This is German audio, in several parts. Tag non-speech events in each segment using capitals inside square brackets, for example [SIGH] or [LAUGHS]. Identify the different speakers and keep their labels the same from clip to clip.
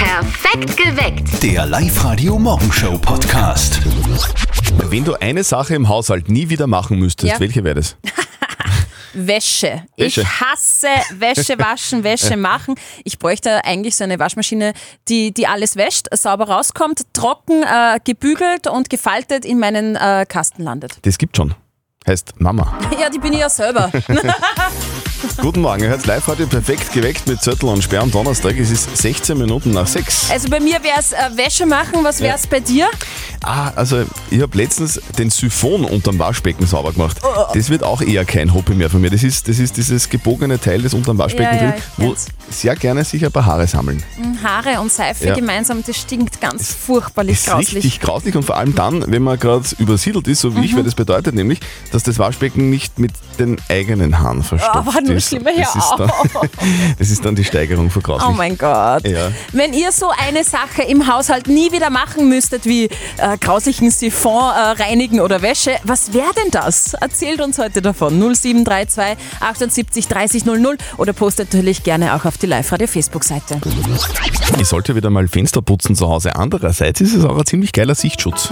Speaker 1: Perfekt geweckt.
Speaker 2: Der Live-Radio Morgenshow Podcast.
Speaker 3: Wenn du eine Sache im Haushalt nie wieder machen müsstest,
Speaker 4: Ja.
Speaker 3: welche wäre das?
Speaker 4: Wäsche.
Speaker 3: Wäsche.
Speaker 4: Ich hasse Wäsche
Speaker 3: [LAUGHS]
Speaker 4: waschen, Wäsche machen. Ich bräuchte eigentlich so eine Waschmaschine, die, die alles wäscht, sauber rauskommt, trocken, äh, gebügelt und gefaltet in meinen äh, Kasten landet. [LAUGHS]
Speaker 3: Das gibt schon. Heißt Mama.
Speaker 4: Ja, die bin ich ja selber.
Speaker 3: Guten Morgen, ihr hört live heute perfekt geweckt mit Zettel und Sperr am Donnerstag. Es ist 16 Minuten nach 6.
Speaker 4: Also bei mir wäre es äh, Wäsche machen, was wäre es bei dir?
Speaker 3: Ah, also ich habe letztens den Siphon unterm Waschbecken sauber gemacht.
Speaker 4: Oh,
Speaker 3: Das wird auch eher kein Hobby mehr von mir. Das ist, das ist dieses gebogene Teil, das unterm Waschbecken
Speaker 4: Ja, ja,
Speaker 3: drin,
Speaker 4: ich
Speaker 3: wo
Speaker 4: kenn's.
Speaker 3: sehr gerne sich ein paar Haare sammeln.
Speaker 4: Haare und Seife
Speaker 3: Ja.
Speaker 4: gemeinsam, das stinkt ganz furchtbarlich
Speaker 3: ist
Speaker 4: grauslich. Mhm.
Speaker 3: richtig grauslich und vor allem dann, wenn man gerade übersiedelt ist, so wie ich, weil das bedeutet nämlich, dass das Waschbecken nicht mit den eigenen Haaren verstopft
Speaker 4: Ah, Aber nur
Speaker 3: ist.
Speaker 4: schlimmer,
Speaker 3: das,
Speaker 4: hör
Speaker 3: ist
Speaker 4: [LAUGHS]
Speaker 3: dann, das ist dann die Steigerung von grauslich.
Speaker 4: Oh mein Gott.
Speaker 3: Ja.
Speaker 4: Wenn ihr so eine Sache im Haushalt nie wieder machen müsstet, wie äh, grauslichen Siphon äh, reinigen oder Wäsche, was wäre denn das? Erzählt uns heute davon. 0732 78 30 00 oder postet natürlich gerne auch auf die Live-Radio Facebook-Seite.
Speaker 3: Ich sollte wieder mal Fenster putzen zu Hause. Andererseits ist es auch ein ziemlich geiler
Speaker 4: [LAUGHS]
Speaker 3: Sichtschutz.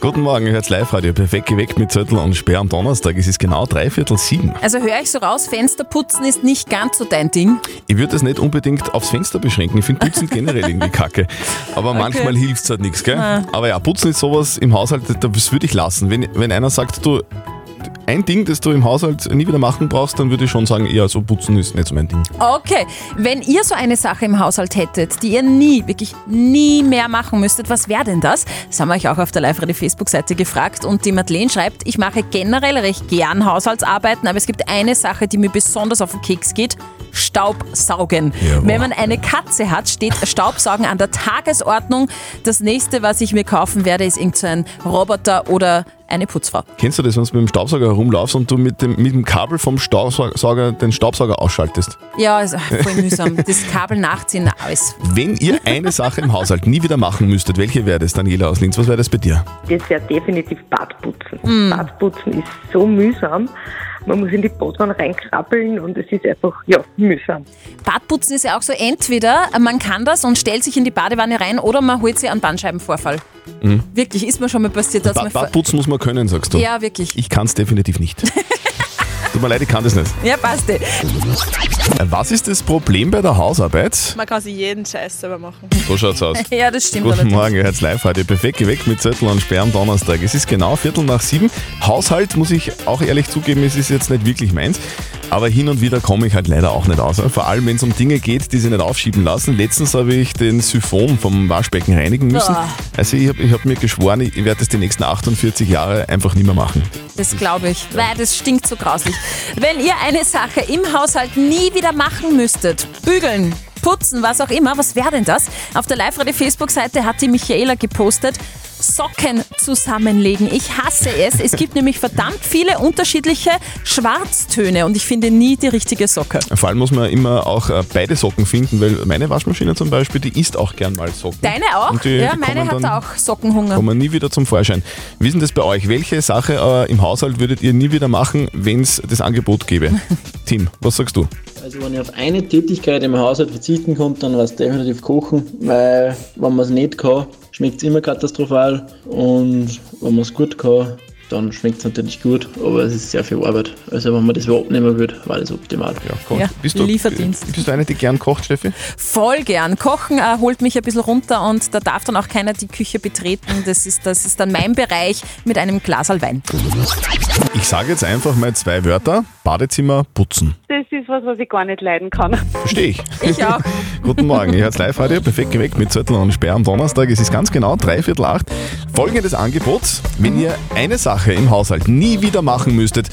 Speaker 3: Guten Morgen, ihr hört's Live-Radio. Perfekt geweckt mit Zettel und Sperr am Donnerstag. Es ist genau dreiviertel sieben.
Speaker 4: Also höre ich so raus, Fensterputzen ist nicht ganz so dein Ding.
Speaker 3: Ich würde das nicht unbedingt aufs Fenster beschränken. Ich finde Putzen generell irgendwie kacke. Aber manchmal hilft es halt nichts, gell? Aber ja, Putzen ist sowas im Haushalt, das würde ich lassen. Wenn, wenn einer sagt, du, ein Ding, das du im Haushalt nie wieder machen brauchst, dann würde ich schon sagen, ja, so Putzen ist nicht so mein Ding.
Speaker 4: Okay, wenn ihr so eine Sache im Haushalt hättet, die ihr nie, wirklich nie mehr machen müsstet, was wäre denn das? Das haben wir euch auch auf der Live-Radio Facebook-Seite gefragt und die Madeleine schreibt, ich mache generell recht gern Haushaltsarbeiten, aber es gibt eine Sache, die mir besonders auf den Keks geht. Staubsaugen.
Speaker 3: Jawohl.
Speaker 4: Wenn man eine Katze hat, steht Staubsaugen an der Tagesordnung. Das nächste, was ich mir kaufen werde, ist irgendein Roboter oder eine Putzfrau.
Speaker 3: Kennst du das, wenn du mit dem Staubsauger herumlaufst und du mit dem, mit dem Kabel vom Staubsauger den Staubsauger ausschaltest?
Speaker 4: Ja, ist voll mühsam. Das Kabel nachziehen, alles.
Speaker 3: Wenn ihr eine Sache im Haushalt nie wieder machen müsstet, welche wäre das, Daniela aus Linz? Was wäre das bei dir?
Speaker 5: Das wäre definitiv Badputzen. Badputzen ist so mühsam. Man muss in die Badwanne reinkrabbeln und es ist einfach, ja, mühsam.
Speaker 4: Badputzen ist ja auch so, entweder man kann das und stellt sich in die Badewanne rein oder man holt sich einen Bandscheibenvorfall. Wirklich, ist mir schon mal passiert, dass
Speaker 3: Ba
Speaker 4: man... ver-
Speaker 3: Badputzen muss man können, sagst du.
Speaker 4: Ja, wirklich.
Speaker 3: Ich kann es definitiv
Speaker 4: [LAUGHS]
Speaker 3: nicht. Tut mir leid, ich kann das nicht.
Speaker 4: Ja, passt. eh.
Speaker 3: Äh, Was ist das Problem bei der Hausarbeit?
Speaker 6: Man kann sich jeden Scheiß selber machen.
Speaker 3: So schaut's aus.
Speaker 4: [LAUGHS] Ja, das stimmt
Speaker 3: Guten
Speaker 4: allerdings.
Speaker 3: Morgen, ihr hört's live heute. Perfekt geweckt mit Zettel und Sperr am Donnerstag. Es ist genau Viertel nach sieben. Haushalt, muss ich auch ehrlich zugeben, es ist jetzt nicht wirklich meins. Aber hin und wieder komme ich halt leider auch nicht aus. Vor allem, wenn es um Dinge geht, die sie nicht aufschieben lassen. Letztens habe ich den Siphon vom Waschbecken reinigen müssen.
Speaker 4: Boah.
Speaker 3: Also ich habe ich hab mir geschworen, ich werde das die nächsten 48 Jahre einfach nicht mehr machen.
Speaker 4: Das glaube ich, weil das stinkt so grauslich. Wenn ihr eine Sache im Haushalt nie wieder machen müsstet, bügeln, putzen, was auch immer, was wäre denn das? Auf der Live-Radio Facebook-Seite hat die Michaela gepostet, Socken zusammenlegen. Ich hasse es. Es gibt nämlich verdammt viele unterschiedliche Schwarztöne und ich finde nie die richtige Socke.
Speaker 3: Vor allem muss man immer auch äh, beide Socken finden, weil meine Waschmaschine zum Beispiel, die isst auch gern mal Socken.
Speaker 4: Deine auch?
Speaker 3: Und die
Speaker 4: Ja,
Speaker 3: kommen
Speaker 4: meine hat
Speaker 3: dann-
Speaker 4: auch Sockenhunger.
Speaker 3: Kommen nie wieder zum Vorschein. Wie ist denn das bei euch? Welche Sache äh, im Haushalt würdet ihr nie wieder machen, wenn es das Angebot gäbe?
Speaker 4: [LAUGHS]
Speaker 3: Tim, was sagst du?
Speaker 7: Also wenn ich auf eine Tätigkeit im Haushalt verzichten konnte, dann war es definitiv Kochen, weil wenn man es nicht kann, schmeckt es immer katastrophal und wenn man es gut kann, dann schmeckt es natürlich gut, aber es ist sehr viel Arbeit. Also wenn man das überhaupt nehmen würde, war das optimal.
Speaker 3: Koch,
Speaker 4: Ja,
Speaker 3: bist du,
Speaker 4: Lieferdienst.
Speaker 3: Bist du eine, die gern kocht, Steffi?
Speaker 4: Voll gern. Kochen äh, holt mich ein bisschen runter und da darf dann auch keiner die Küche betreten. Das ist, das ist dann mein Bereich mit einem Glas Wein.
Speaker 3: Ich sage jetzt einfach mal zwei Wörter. Badezimmer putzen.
Speaker 6: Das ist was, was ich gar nicht leiden kann.
Speaker 3: Verstehe
Speaker 6: [LAUGHS]
Speaker 3: ich.
Speaker 4: Ich auch.
Speaker 3: [LAUGHS] Guten Morgen, ihr hört live radio perfekt geweckt mit Zettel und Sperr am Donnerstag. Es ist ganz genau dreiviertel acht. Folgendes Angebot, wenn ihr eine Sache im Haushalt nie wieder machen müsstet,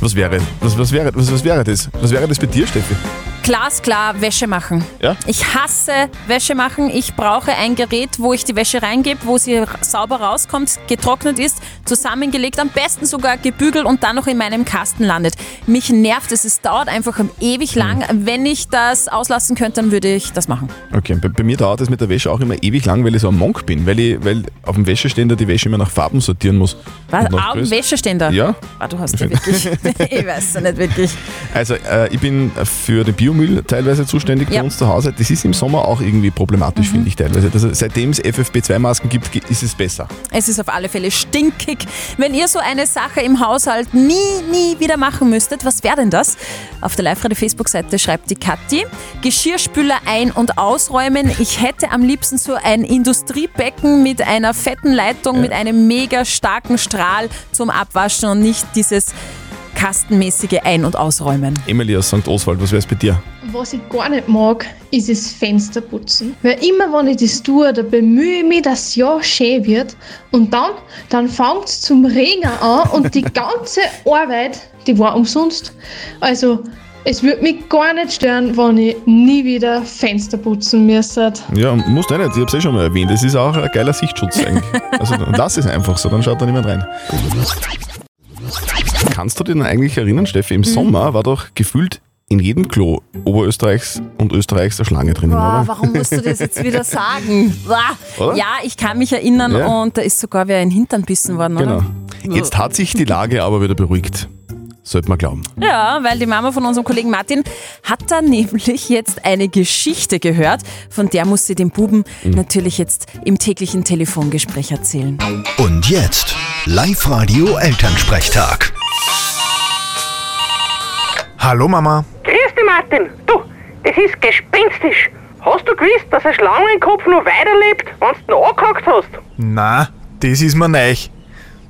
Speaker 3: was wäre, was, was wäre, was, was wäre das? Was wäre das bei dir, Steffi?
Speaker 4: Glasklar Wäsche machen.
Speaker 3: Ja?
Speaker 4: Ich hasse Wäsche machen. Ich brauche ein Gerät, wo ich die Wäsche reingebe, wo sie r- sauber rauskommt, getrocknet ist, zusammengelegt, am besten sogar gebügelt und dann noch in meinem Kasten landet. Mich nervt es. Es dauert einfach um ewig lang.
Speaker 3: Hm.
Speaker 4: Wenn ich das auslassen könnte, dann würde ich das machen.
Speaker 3: Okay, bei, bei mir dauert es mit der Wäsche auch immer ewig lang, weil ich so ein Monk bin, weil ich weil auf dem Wäscheständer die Wäsche immer nach Farben sortieren muss.
Speaker 4: Was?
Speaker 3: Und nach
Speaker 4: Auch
Speaker 3: Größe.
Speaker 4: im Wäscheständer?
Speaker 3: Ja.
Speaker 4: [LAUGHS] Ah, du hast ja wirklich. ich weiß es nicht wirklich.
Speaker 3: Also äh, ich bin für den bio Biomüll teilweise zuständig
Speaker 4: Ja. Mhm.
Speaker 3: bei uns zu Hause. Das ist im Sommer auch irgendwie problematisch, finde ich teilweise. Also seitdem es FFP2-Masken gibt, ge- ist es besser.
Speaker 4: Es ist auf alle Fälle stinkig. Wenn ihr so eine Sache im Haushalt nie, nie wieder machen müsstet, was wäre denn das? Auf der Live-Radio-Facebook-Seite schreibt die Kathi, Geschirrspüler ein- und ausräumen. Ich hätte am liebsten so ein Industriebecken mit einer fetten Leitung, mit einem mega starken Strahl zum Abwaschen und nicht dieses kastenmäßige Ein- und Ausräumen.
Speaker 3: Emily aus St. Oswald, was wär's bei dir?
Speaker 1: Was ich gar nicht mag, ist das Fensterputzen. Weil immer, wenn ich das tue, da bemühe ich mich, dass es ja schön wird. Und dann, dann fängt es zum Regen an und die ganze Arbeit, die war umsonst. Also, es würde mich gar nicht stören, wenn ich nie wieder Fenster putzen müsste.
Speaker 3: Ja, muss nicht, ich habe es eh schon mal erwähnt. Das ist auch ein geiler Sichtschutz eigentlich. Also das ist einfach so, dann schaut da niemand rein. Kannst du dich denn eigentlich erinnern, Steffi, im
Speaker 4: Mhm.
Speaker 3: Sommer war doch gefühlt in jedem Klo Oberösterreichs und Österreichs eine Schlange drinnen,
Speaker 4: Boah,
Speaker 3: oder?
Speaker 4: warum musst du das jetzt wieder
Speaker 3: [LAUGHS]
Speaker 4: sagen? Boah.
Speaker 3: Oder?
Speaker 4: Ja, ich kann mich erinnern
Speaker 3: Ja.
Speaker 4: und da ist sogar wer in den Hintern bissen worden, oder?
Speaker 3: Genau. Jetzt hat sich die Lage aber wieder beruhigt. Sollte man glauben.
Speaker 4: Ja, weil die Mama von unserem Kollegen Martin hat da [LAUGHS] nämlich jetzt eine Geschichte gehört, von der muss sie dem Buben
Speaker 3: Mhm.
Speaker 4: natürlich jetzt im täglichen Telefongespräch erzählen.
Speaker 2: Und jetzt Live-Radio Elternsprechtag.
Speaker 8: Hallo Mama.
Speaker 9: Grüß dich, Martin. Du, das ist gespenstisch. Hast du gewusst, dass ein Schlangenkopf nur weiterlebt, wenn du ihn angehackt hast?
Speaker 8: Na, das ist mir neu.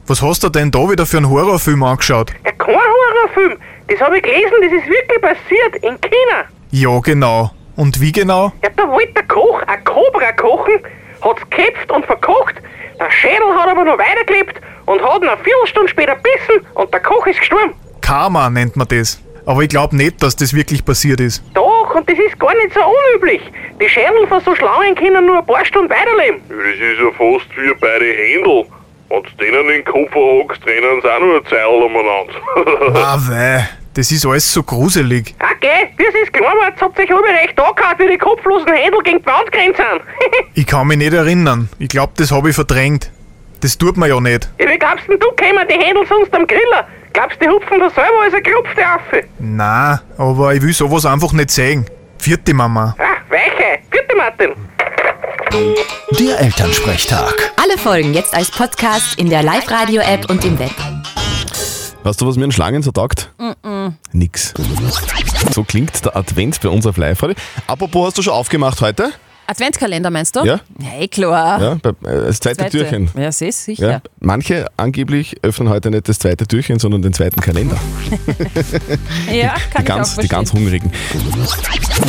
Speaker 8: Was hast du denn da wieder für einen Horrorfilm angeschaut?
Speaker 9: Ein kein Horrorfilm. Das habe ich gelesen, das ist wirklich passiert in China.
Speaker 8: Ja, genau. Und wie genau?
Speaker 9: Ja, da wollte der Koch eine Kobra kochen, hat's geköpft und verkocht. Der Schädel hat aber noch weitergelebt und hat ihn eine Viertelstunde später bissen und der Koch ist gestorben.
Speaker 8: Karma nennt man das. Aber ich glaube nicht, dass das wirklich passiert ist.
Speaker 9: Doch, und das ist gar nicht so unüblich. Die Schädel von so Schlangenkindern nur ein paar Stunden weiterleben.
Speaker 10: Das ist ja fast wie bei den Händel. Wenn du denen in den Kopf hackst, rennen sie auch nur eine Zeil umeinander.
Speaker 8: Ah, weh. Das ist alles so gruselig.
Speaker 9: Okay, das ist klar, aber jetzt habt ihr euch alle recht angehört, wie die kopflosen Händel gegen die Wand gerannt sind.
Speaker 8: Ich kann mich nicht erinnern. Ich glaube, das habe ich verdrängt. Das tut man ja nicht.
Speaker 9: ja, wie glaubst denn du, kämen die Händel sonst am Griller? Glaubst du, die hupfen da selber als eine gerupfte Affe?
Speaker 8: Na, aber ich will sowas einfach nicht sehen. Vierte Mama.
Speaker 9: Ah, Weiche. Vierte Martin.
Speaker 2: Der Elternsprechtag.
Speaker 11: Alle Folgen jetzt als Podcast in der Live-Radio-App und im Web.
Speaker 3: Weißt du, was mir an Schlangen so taugt? Nix. So klingt der Advent bei uns auf live -Radio. Apropos, hast du schon aufgemacht heute?
Speaker 4: Adventkalender meinst du?
Speaker 3: Ja.
Speaker 4: Hey, klar.
Speaker 3: Ja, bei, äh, das zweite,
Speaker 4: Ah. Zweite.
Speaker 3: Türchen.
Speaker 4: Ja, siehst
Speaker 3: Ja.
Speaker 4: sicher.
Speaker 3: Manche angeblich öffnen heute nicht das zweite Türchen, sondern den zweiten Kalender.
Speaker 4: Ja, kann
Speaker 3: Die
Speaker 4: ich auch
Speaker 3: ganz, die
Speaker 4: verstehen.
Speaker 3: ganz Hungrigen.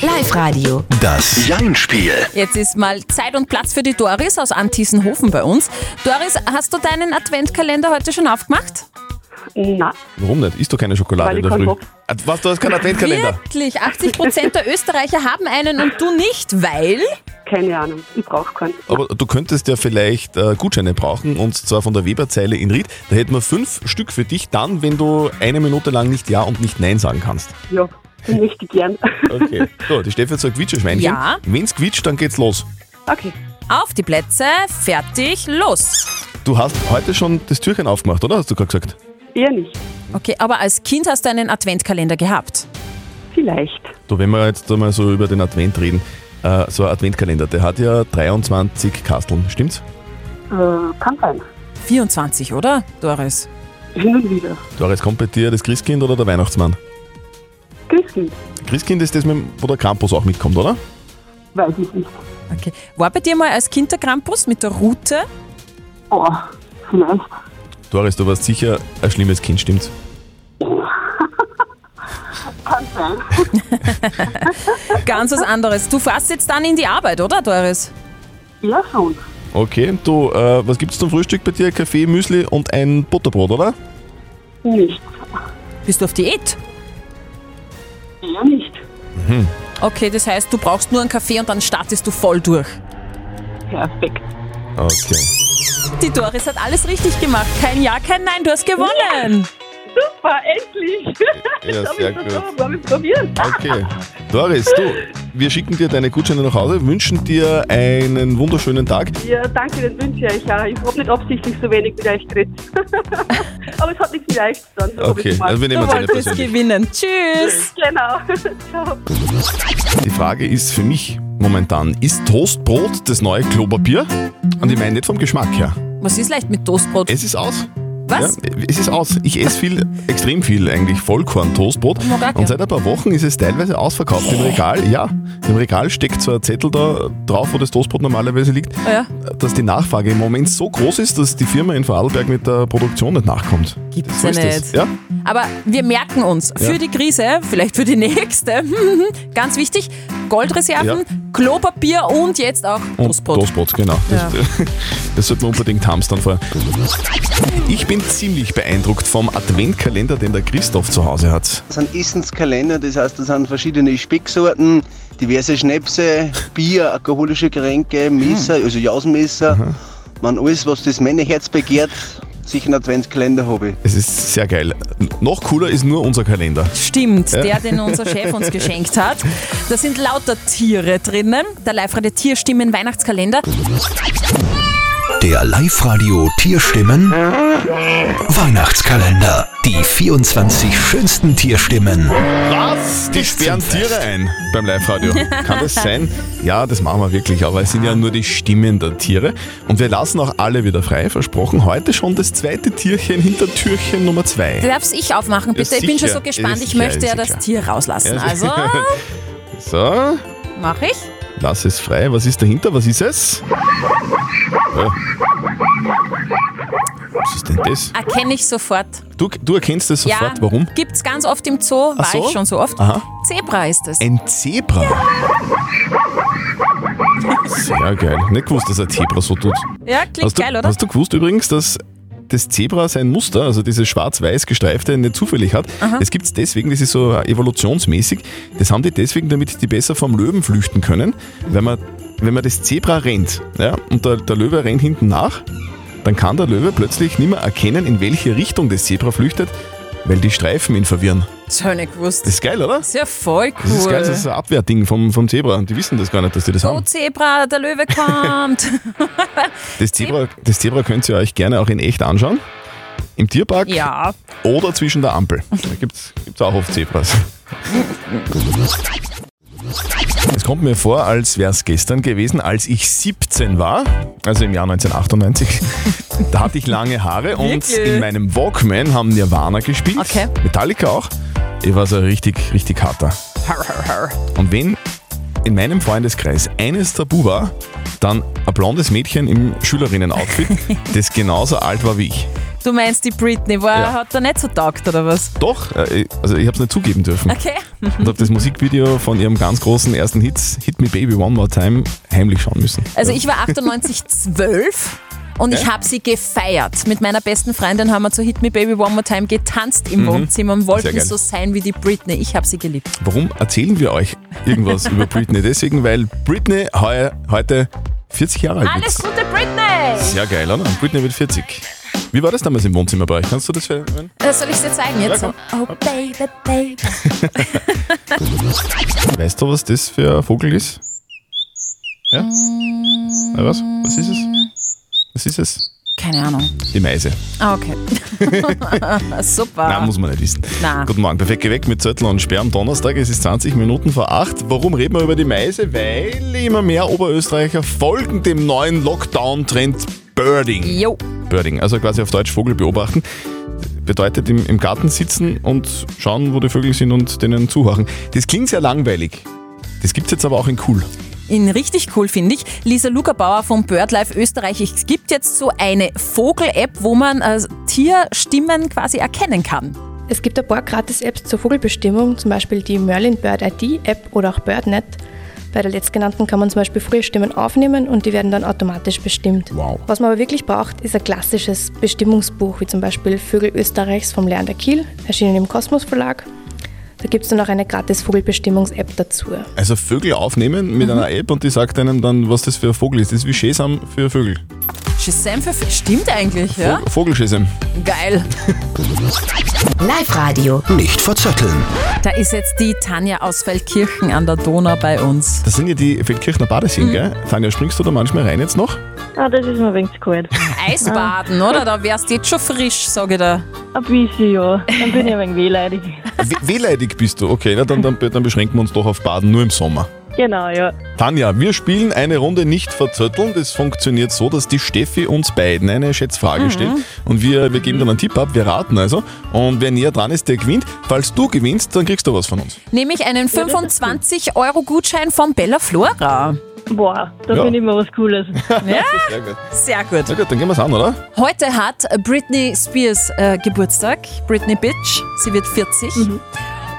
Speaker 11: Live-Radio.
Speaker 2: Das Jein-Spiel.
Speaker 4: Jetzt ist mal Zeit und Platz für die Doris aus Antissenhofen bei uns. Doris, hast du deinen Adventkalender heute schon aufgemacht?
Speaker 5: Na,
Speaker 3: Warum nicht? Isst du keine Schokolade
Speaker 5: Weil
Speaker 3: in
Speaker 5: ich
Speaker 3: der Früh?
Speaker 5: keinen
Speaker 3: Ad- Was, du hast keinen Adventkalender?
Speaker 4: Wirklich, 80 Prozent der Österreicher haben einen und du nicht, weil?
Speaker 5: keine Ahnung. Ich brauche keinen.
Speaker 3: Aber du könntest ja vielleicht äh, Gutscheine brauchen und zwar von der Weberzeile in Ried. Da hätten wir fünf Stück für dich, dann, wenn du eine Minute lang nicht Ja und nicht Nein sagen kannst.
Speaker 5: Ja, den möchte ich gern.
Speaker 3: Okay. So, die Steffi hat so ein Quietscherschweinchen.
Speaker 4: Ja.
Speaker 3: Wenn's quietscht, dann geht's los.
Speaker 5: [LAUGHS] Okay.
Speaker 4: Auf die Plätze, fertig, los.
Speaker 3: Du hast heute schon das Türchen aufgemacht, oder? Hast du gerade gesagt?
Speaker 5: Eher nicht.
Speaker 4: Okay, aber als Kind hast du einen Adventkalender gehabt.
Speaker 5: Vielleicht.
Speaker 3: Du, wenn wir jetzt mal so über den Advent reden, äh, so ein Adventkalender, der hat ja 23 Kasteln, stimmt's?
Speaker 5: Äh, kann sein.
Speaker 4: 24, oder, Doris?
Speaker 5: Hin und wieder.
Speaker 3: Doris, kommt bei dir das Christkind oder der Weihnachtsmann?
Speaker 5: Christkind.
Speaker 3: Christkind ist das, mit, dem- wo der Krampus auch mitkommt, oder?
Speaker 5: Weiß ich nicht.
Speaker 4: Okay. War bei dir mal als Kind der Krampus mit der Rute?
Speaker 5: Oh, vielleicht.
Speaker 3: Doris, du warst sicher ein schlimmes Kind, stimmt's?
Speaker 4: Ganz was anderes. Du fährst jetzt dann in die Arbeit, oder, Doris?
Speaker 5: Eher schon.
Speaker 3: Okay, du, äh, was gibt's zum Frühstück bei dir? Kaffee, Müsli und ein Butterbrot, oder?
Speaker 5: Nicht.
Speaker 4: Bist du auf Diät?
Speaker 5: Eher nicht.
Speaker 4: Okay, das heißt, du brauchst nur einen Kaffee und dann startest du voll durch.
Speaker 5: Perfekt.
Speaker 3: Okay.
Speaker 4: Die Doris hat alles richtig gemacht. Kein Ja, kein Nein, du hast gewonnen.
Speaker 12: Super, endlich.
Speaker 3: Ja,
Speaker 12: [LAUGHS] das habe
Speaker 3: sehr
Speaker 12: ich
Speaker 3: gut.
Speaker 12: versucht, habe ich probiert.
Speaker 3: Okay. Doris, du, wir schicken dir deine Gutscheine nach Hause, wünschen dir einen wunderschönen Tag.
Speaker 12: Ja, danke, den wünsche ich euch auch. Ich habe nicht absichtlich so wenig mit euch geredet.
Speaker 3: [LAUGHS]
Speaker 12: Aber es hat nichts leicht dann. so habe
Speaker 3: Okay,
Speaker 12: ich gemacht.
Speaker 3: also wir nehmen
Speaker 12: Du
Speaker 3: uns eine
Speaker 12: wolltest
Speaker 3: persönlich.
Speaker 4: gewinnen. Tschüss.
Speaker 12: Genau. Ciao.
Speaker 3: Die Frage ist für mich momentan, ist Toastbrot das neue Klopapier? Und ich meine nicht vom Geschmack her.
Speaker 4: Was ist leicht mit Toastbrot?
Speaker 3: Es ist aus.
Speaker 4: Was?
Speaker 3: Ja, es ist aus. Ich esse viel, extrem viel eigentlich Vollkorn-Toastbrot.
Speaker 4: Mag auch
Speaker 3: Und
Speaker 4: gern.
Speaker 3: seit ein paar Wochen ist es teilweise ausverkauft im Regal. Ja, im Regal steckt so ein Zettel da drauf, wo das Toastbrot normalerweise liegt,
Speaker 4: Ah, Ja.
Speaker 3: dass die Nachfrage im Moment so groß ist, dass die Firma in Vorarlberg mit der Produktion nicht nachkommt. Gibt's so
Speaker 4: ja
Speaker 3: ist
Speaker 4: nicht.
Speaker 3: das. Ja?
Speaker 4: Aber wir merken uns
Speaker 3: Ja.
Speaker 4: für die Krise, vielleicht für die nächste, [LAUGHS] ganz wichtig, Goldreserven,
Speaker 3: Ja.
Speaker 4: Klopapier und jetzt auch
Speaker 3: Und Toastbrot, genau.
Speaker 4: Ja.
Speaker 3: Das, [LAUGHS] das sollte man unbedingt hamstern vorher. Ich bin ziemlich beeindruckt vom Adventkalender, den der Christoph zu Hause hat.
Speaker 13: Das sind Essenskalender, das heißt, das sind verschiedene Specksorten, diverse Schnäpse, Bier, alkoholische Getränke, Messer, also Jausenmesser. Man, alles, was das Männerherz begehrt, sich einen Adventskalender habe ich.
Speaker 3: Es ist sehr geil. Noch cooler ist nur unser Kalender.
Speaker 4: Stimmt,
Speaker 3: Ja.
Speaker 4: der, den unser
Speaker 3: [LAUGHS]
Speaker 4: Chef uns geschenkt hat. Da sind lauter Tiere drinnen. Der Live-Radio Tierstimmen Weihnachtskalender.
Speaker 2: Der Live-Radio Tierstimmen Weihnachtskalender. Die 24 schönsten Tierstimmen.
Speaker 3: Was? Die sperren Tiere ein beim
Speaker 4: [LAUGHS]
Speaker 3: Live-Radio. Kann das sein? Ja, das machen wir wirklich, aber es sind ja nur die Stimmen der Tiere. Und wir lassen auch alle wieder frei, versprochen. Heute schon das zweite Tierchen hinter Türchen Nummer zwei.
Speaker 4: Darf ich aufmachen, bitte?
Speaker 3: Ja,
Speaker 4: ich bin schon
Speaker 3: sicher.
Speaker 4: so gespannt.
Speaker 3: Ja,
Speaker 4: ich
Speaker 3: sicher,
Speaker 4: möchte
Speaker 3: ja,
Speaker 4: ja
Speaker 3: sicher.
Speaker 4: das Tier rauslassen.
Speaker 3: Ja,
Speaker 4: Also,
Speaker 3: [LAUGHS] So,
Speaker 4: mache ich.
Speaker 3: lass es frei. Was ist dahinter? Was ist es? Ja. Was ist denn das?
Speaker 4: Erkenne ich sofort.
Speaker 3: Du, du erkennst das
Speaker 4: ja,
Speaker 3: sofort. Warum?
Speaker 4: Gibt es ganz oft im Zoo,
Speaker 3: Ach
Speaker 4: war
Speaker 3: so?
Speaker 4: ich schon so oft.
Speaker 3: Aha.
Speaker 4: Zebra ist es.
Speaker 3: Ein Zebra. Sehr geil. Nicht gewusst, dass ein Zebra so tut.
Speaker 4: Ja, klingt
Speaker 3: hast du,
Speaker 4: geil, oder?
Speaker 3: Hast du gewusst übrigens, dass das Zebra sein Muster, also dieses schwarz-weiß gestreifte, nicht zufällig hat?
Speaker 4: Aha.
Speaker 3: Es gibt es deswegen, das ist so evolutionsmäßig, das haben die deswegen, damit die besser vom Löwen flüchten können. Wenn man, wenn man das Zebra rennt ja, und der, der Löwe rennt hinten nach, dann kann der Löwe plötzlich nicht mehr erkennen, in welche Richtung das Zebra flüchtet, weil die Streifen ihn verwirren.
Speaker 4: Das habe ich nicht gewusst.
Speaker 3: Das ist geil, oder?
Speaker 4: Das ist ja voll cool.
Speaker 3: Das ist geil, das ist ein Abwehrding vom, vom Zebra. Und die wissen das gar nicht, dass die das
Speaker 4: Oh,
Speaker 3: haben.
Speaker 4: Zebra,
Speaker 3: [LAUGHS]
Speaker 4: der Löwe kommt.
Speaker 3: Das Zebra, das Zebra könnt ihr euch gerne auch in echt anschauen. Im Tierpark
Speaker 4: ja.
Speaker 3: oder zwischen der Ampel. Da gibt es auch oft Zebras. Es kommt mir vor, als wäre es gestern gewesen, als ich 17 war, also im Jahr 1998. Da hatte ich lange Haare und
Speaker 4: Wirklich?
Speaker 3: in meinem Walkman haben Nirvana gespielt.
Speaker 4: Okay.
Speaker 3: Metallica auch. Ich war so ein richtig, richtig harter. Und wenn in meinem Freundeskreis eines tabu war, dann ein blondes Mädchen im Schülerinnen-Outfit,
Speaker 4: [LAUGHS]
Speaker 3: das genauso alt war wie ich.
Speaker 4: Du meinst, die Britney war,
Speaker 3: Ja.
Speaker 4: hat da nicht so taugt, oder was?
Speaker 3: Doch, äh, also ich habe es nicht zugeben dürfen.
Speaker 4: Okay.
Speaker 3: Und habe das Musikvideo von ihrem ganz großen ersten Hit, Hit Me Baby One More Time, heimlich schauen müssen.
Speaker 4: Also
Speaker 3: Ja.
Speaker 4: ich war 98, 12 und ich
Speaker 3: Ja.
Speaker 4: habe sie gefeiert. Mit meiner besten Freundin haben wir zu Hit Me Baby One More Time getanzt im
Speaker 3: Mhm.
Speaker 4: Wohnzimmer und
Speaker 3: Sehr
Speaker 4: wollten
Speaker 3: geil.
Speaker 4: so sein wie die Britney. Ich habe sie geliebt.
Speaker 3: Warum erzählen wir euch irgendwas über Britney? Deswegen, weil Britney heu, heute 40 Jahre alt
Speaker 4: Alles
Speaker 3: wird.
Speaker 4: Gute, Britney!
Speaker 3: Sehr geil, oder? Britney wird 40. Wie war das damals im Wohnzimmer bei euch? Kannst du das hören?
Speaker 4: Äh, Soll ich dir zeigen jetzt?
Speaker 3: Ja,
Speaker 4: so? Oh, baby, baby.
Speaker 3: Weißt du, was das für ein Vogel ist?
Speaker 4: Mm.
Speaker 3: Ja? Na was? Was ist es? Was ist es?
Speaker 4: Keine Ahnung.
Speaker 3: Die Meise.
Speaker 4: Ah, okay. [LAUGHS] Super.
Speaker 3: Nein, muss man nicht wissen.
Speaker 4: Na.
Speaker 3: Guten Morgen, perfekt geweckt mit Zettel und Sperr am Donnerstag. Es ist 20 Minuten vor 8. Warum reden wir über die Meise? Weil immer mehr Oberösterreicher folgen dem neuen Lockdown-Trend Birding.
Speaker 4: Jo.
Speaker 3: Birding, also quasi auf Deutsch Vogel beobachten. Bedeutet im, im Garten sitzen und schauen, wo die Vögel sind und denen zuhören. Das klingt sehr langweilig. Das gibt's jetzt aber auch in cool.
Speaker 4: In richtig cool finde ich, Lisa Lugerbauer von BirdLife Österreich. Es gibt jetzt so eine Vogel-App, wo man äh, Tierstimmen quasi erkennen kann.
Speaker 14: Es gibt ein paar Gratis-Apps zur Vogelbestimmung, zum Beispiel die Merlin Bird ID-App oder auch BirdNet. Bei der letztgenannten kann man zum Beispiel frühe Stimmen aufnehmen und die werden dann automatisch bestimmt.
Speaker 3: Wow.
Speaker 14: Was man aber wirklich braucht, ist ein klassisches Bestimmungsbuch, wie zum Beispiel Vögel Österreichs vom Leander Kiel, erschienen im Kosmos Verlag. Da gibt es dann auch eine gratis Vogelbestimmungs-App dazu.
Speaker 3: Also Vögel aufnehmen mit einer App und die sagt einem dann, was das für ein Vogel ist. Das ist wie Schesam für Vögel.
Speaker 4: Schisem für Fisch. Stimmt eigentlich, ja?
Speaker 3: Vog- Vogelschissem.
Speaker 4: Geil.
Speaker 11: Live Radio.
Speaker 2: Nicht verzetteln.
Speaker 4: Da ist jetzt die Tanja aus Feldkirchen an der Donau bei uns.
Speaker 3: Das sind ja die Feldkirchner
Speaker 4: Mhm.
Speaker 3: Badeseen, gell? Tanja, springst du da manchmal rein jetzt noch?
Speaker 15: [LAUGHS] Ah, das ist mir ein wenig zu kalt.
Speaker 4: Eisbaden, oder? Da wärst jetzt schon frisch, sage ich da.
Speaker 15: Ein bisschen, ja. Dann bin ich ein wenig wehleidig.
Speaker 4: Also
Speaker 3: We- Wehleidig bist du, okay. Na, dann, dann, dann beschränken wir uns doch auf Baden nur im Sommer.
Speaker 15: Genau, ja.
Speaker 3: Tanja, wir spielen eine Runde nicht verzötteln. Das funktioniert so, dass die Steffi uns beiden eine Schätzfrage
Speaker 16: Mhm.
Speaker 3: stellt und wir, wir geben dann einen Tipp ab, wir raten also. Und wer näher dran ist, der gewinnt. Falls du gewinnst, dann kriegst du was von uns.
Speaker 4: Nehme ich einen 25-Euro-Gutschein von Bella Flora.
Speaker 15: Boah, da
Speaker 3: Ja.
Speaker 15: finde ich mal was
Speaker 3: [LAUGHS]
Speaker 15: Cooles.
Speaker 4: Ja?
Speaker 3: Sehr gut.
Speaker 4: Sehr gut.
Speaker 3: Na gut, dann gehen wir's an, oder?
Speaker 4: Heute hat Britney Spears äh, Geburtstag. Britney Bitch. Sie wird 40.
Speaker 15: Mhm.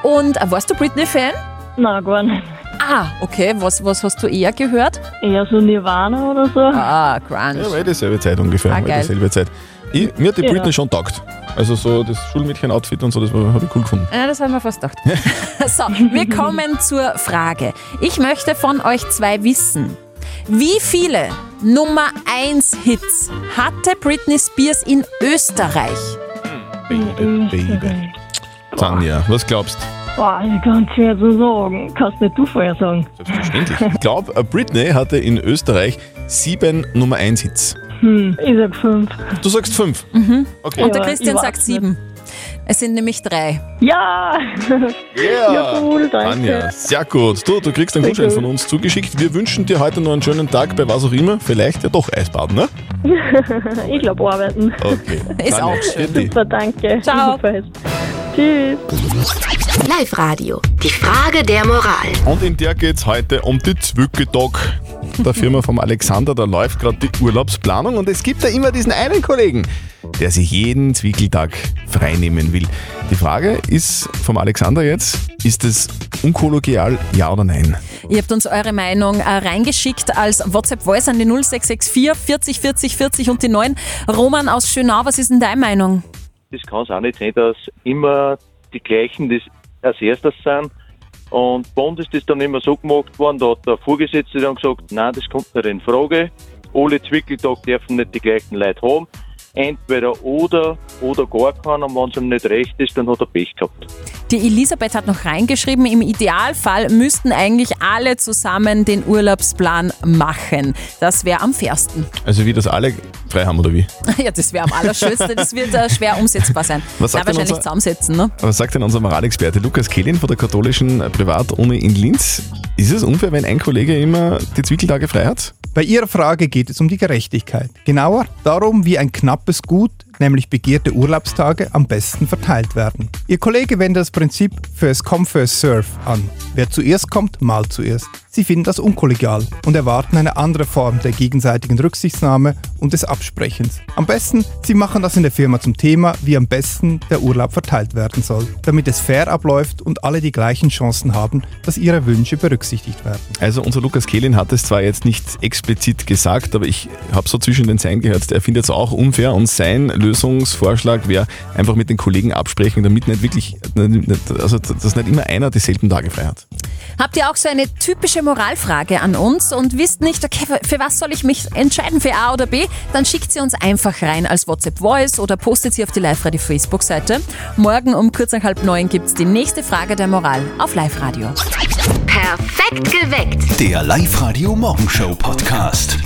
Speaker 4: Und äh, warst du Britney-Fan?
Speaker 15: Nein, gar nicht.
Speaker 4: Ah, okay. Was, was hast du eher gehört?
Speaker 15: Eher so Nirvana oder so.
Speaker 4: Ah, Grunge.
Speaker 3: Ja, weil dieselbe Zeit ungefähr.
Speaker 4: Ah,
Speaker 3: weil
Speaker 4: geil.
Speaker 3: dieselbe Zeit. Ich, mir hat die
Speaker 4: Ja.
Speaker 3: Britney schon taugt. Also so das Schulmädchen-Outfit und so, das habe ich cool gefunden.
Speaker 4: Ja, das haben wir fast gedacht. [LAUGHS] so, wir kommen zur Frage. Ich möchte von euch zwei wissen, wie viele Nummer 1 Hits hatte Britney Spears in Österreich?
Speaker 3: Baby. Tanja, was glaubst
Speaker 15: Boah, ich kann es schwer so sagen. Kannst nicht du vorher sagen.
Speaker 3: Endlich. Ich glaube, Britney hatte in Österreich sieben Nummer 1 Hits.
Speaker 15: Hm, ich sag fünf.
Speaker 3: Du sagst fünf.
Speaker 15: Mhm.
Speaker 3: Okay.
Speaker 4: Und der
Speaker 15: Ja,
Speaker 4: Christian
Speaker 15: ich
Speaker 4: sagt
Speaker 15: weiß
Speaker 4: sieben. Es sind nämlich drei.
Speaker 15: Ja!
Speaker 3: Yeah.
Speaker 15: Ja, cool, danke.
Speaker 3: Tanja, sehr gut. Du, du kriegst einen
Speaker 15: Sehr
Speaker 3: Gutschein
Speaker 15: gut.
Speaker 3: von uns zugeschickt. Wir wünschen dir heute noch einen schönen Tag bei was auch immer. Vielleicht ja doch Eisbaden, ne?
Speaker 15: ich glaube, arbeiten. [LAUGHS]
Speaker 3: Okay. Tanja, Vierte.
Speaker 15: Super, danke. Ciao. Tschüss.
Speaker 11: Live Radio. Die Frage der Moral.
Speaker 3: Und in der geht's heute um die Zwickedog. Der Firma vom Alexander, da läuft gerade die Urlaubsplanung und es gibt da immer diesen einen Kollegen, der sich jeden Zwickeltag freinehmen will. Die Frage ist vom Alexander jetzt, ist es unkollegial, ja oder nein?
Speaker 4: Ihr habt uns eure Meinung äh, reingeschickt als WhatsApp-Voice an die 0664 40 40 40 und die 9. Roman aus Schönau, was ist denn deine Meinung?
Speaker 17: Das kann es auch nicht sein, dass immer die gleichen das als erstes sind. Und bei uns ist das dann immer so gemacht worden, da hat der Vorgesetzte dann gesagt, nein, das kommt nicht in Frage. Alle Zwickeltag dürfen nicht die gleichen Leute haben. Entweder oder oder gar keiner. Und wenn es ihm nicht recht ist, dann hat er Pech gehabt.
Speaker 4: Die Elisabeth hat noch reingeschrieben, im Idealfall müssten eigentlich alle zusammen den Urlaubsplan machen. Das wäre am fairsten. [LAUGHS]
Speaker 3: Also wie das alle frei haben oder wie?
Speaker 4: Ja, das wäre am allerschönsten. Das wird äh, schwer umsetzbar sein.
Speaker 3: Was
Speaker 4: Na,
Speaker 3: sagt denn
Speaker 4: wahrscheinlich
Speaker 3: unser-
Speaker 4: zusammensetzen, ne?
Speaker 3: Was sagt denn unser Moralexperte Lukas Kehlin von der katholischen Privatuni in Linz? Ist es unfair, wenn ein Kollege immer die Zwickeltage frei hat?
Speaker 18: Bei Ihrer Frage geht es um die Gerechtigkeit. Genauer darum, wie ein knappes Gut, nämlich begehrte Urlaubstage, am besten verteilt werden. Ihr Kollege wendet das Prinzip First Come, First Serve an. Wer zuerst kommt, malt zuerst. Sie finden das unkollegial und erwarten eine andere Form der gegenseitigen Rücksichtnahme und des Absprechens. Am besten, Sie machen das in der Firma zum Thema, wie am besten der Urlaub verteilt werden soll, damit es fair abläuft und alle die gleichen Chancen haben, dass ihre Wünsche berücksichtigt werden.
Speaker 3: Also unser Lukas Kehlin hat es zwar jetzt nicht explizit gesagt, aber ich habe so zwischen den Zeilen gehört, er findet es auch unfair und sein Lösungsvorschlag wäre einfach mit den Kollegen absprechen, damit nicht wirklich, also dass nicht immer einer dieselben Tage frei hat.
Speaker 4: Habt ihr auch so eine typische Moralfrage an uns und wisst nicht, okay, für- für was soll ich mich entscheiden, für A oder B? Dann schickt sie uns einfach rein als WhatsApp-Voice oder postet sie auf die Live-Radio Facebook-Seite. Morgen um kurz nach halb neun gibt's die nächste Frage der Moral auf Live-Radio.
Speaker 11: Perfekt geweckt.
Speaker 2: Der Live-Radio Morgenshow Podcast.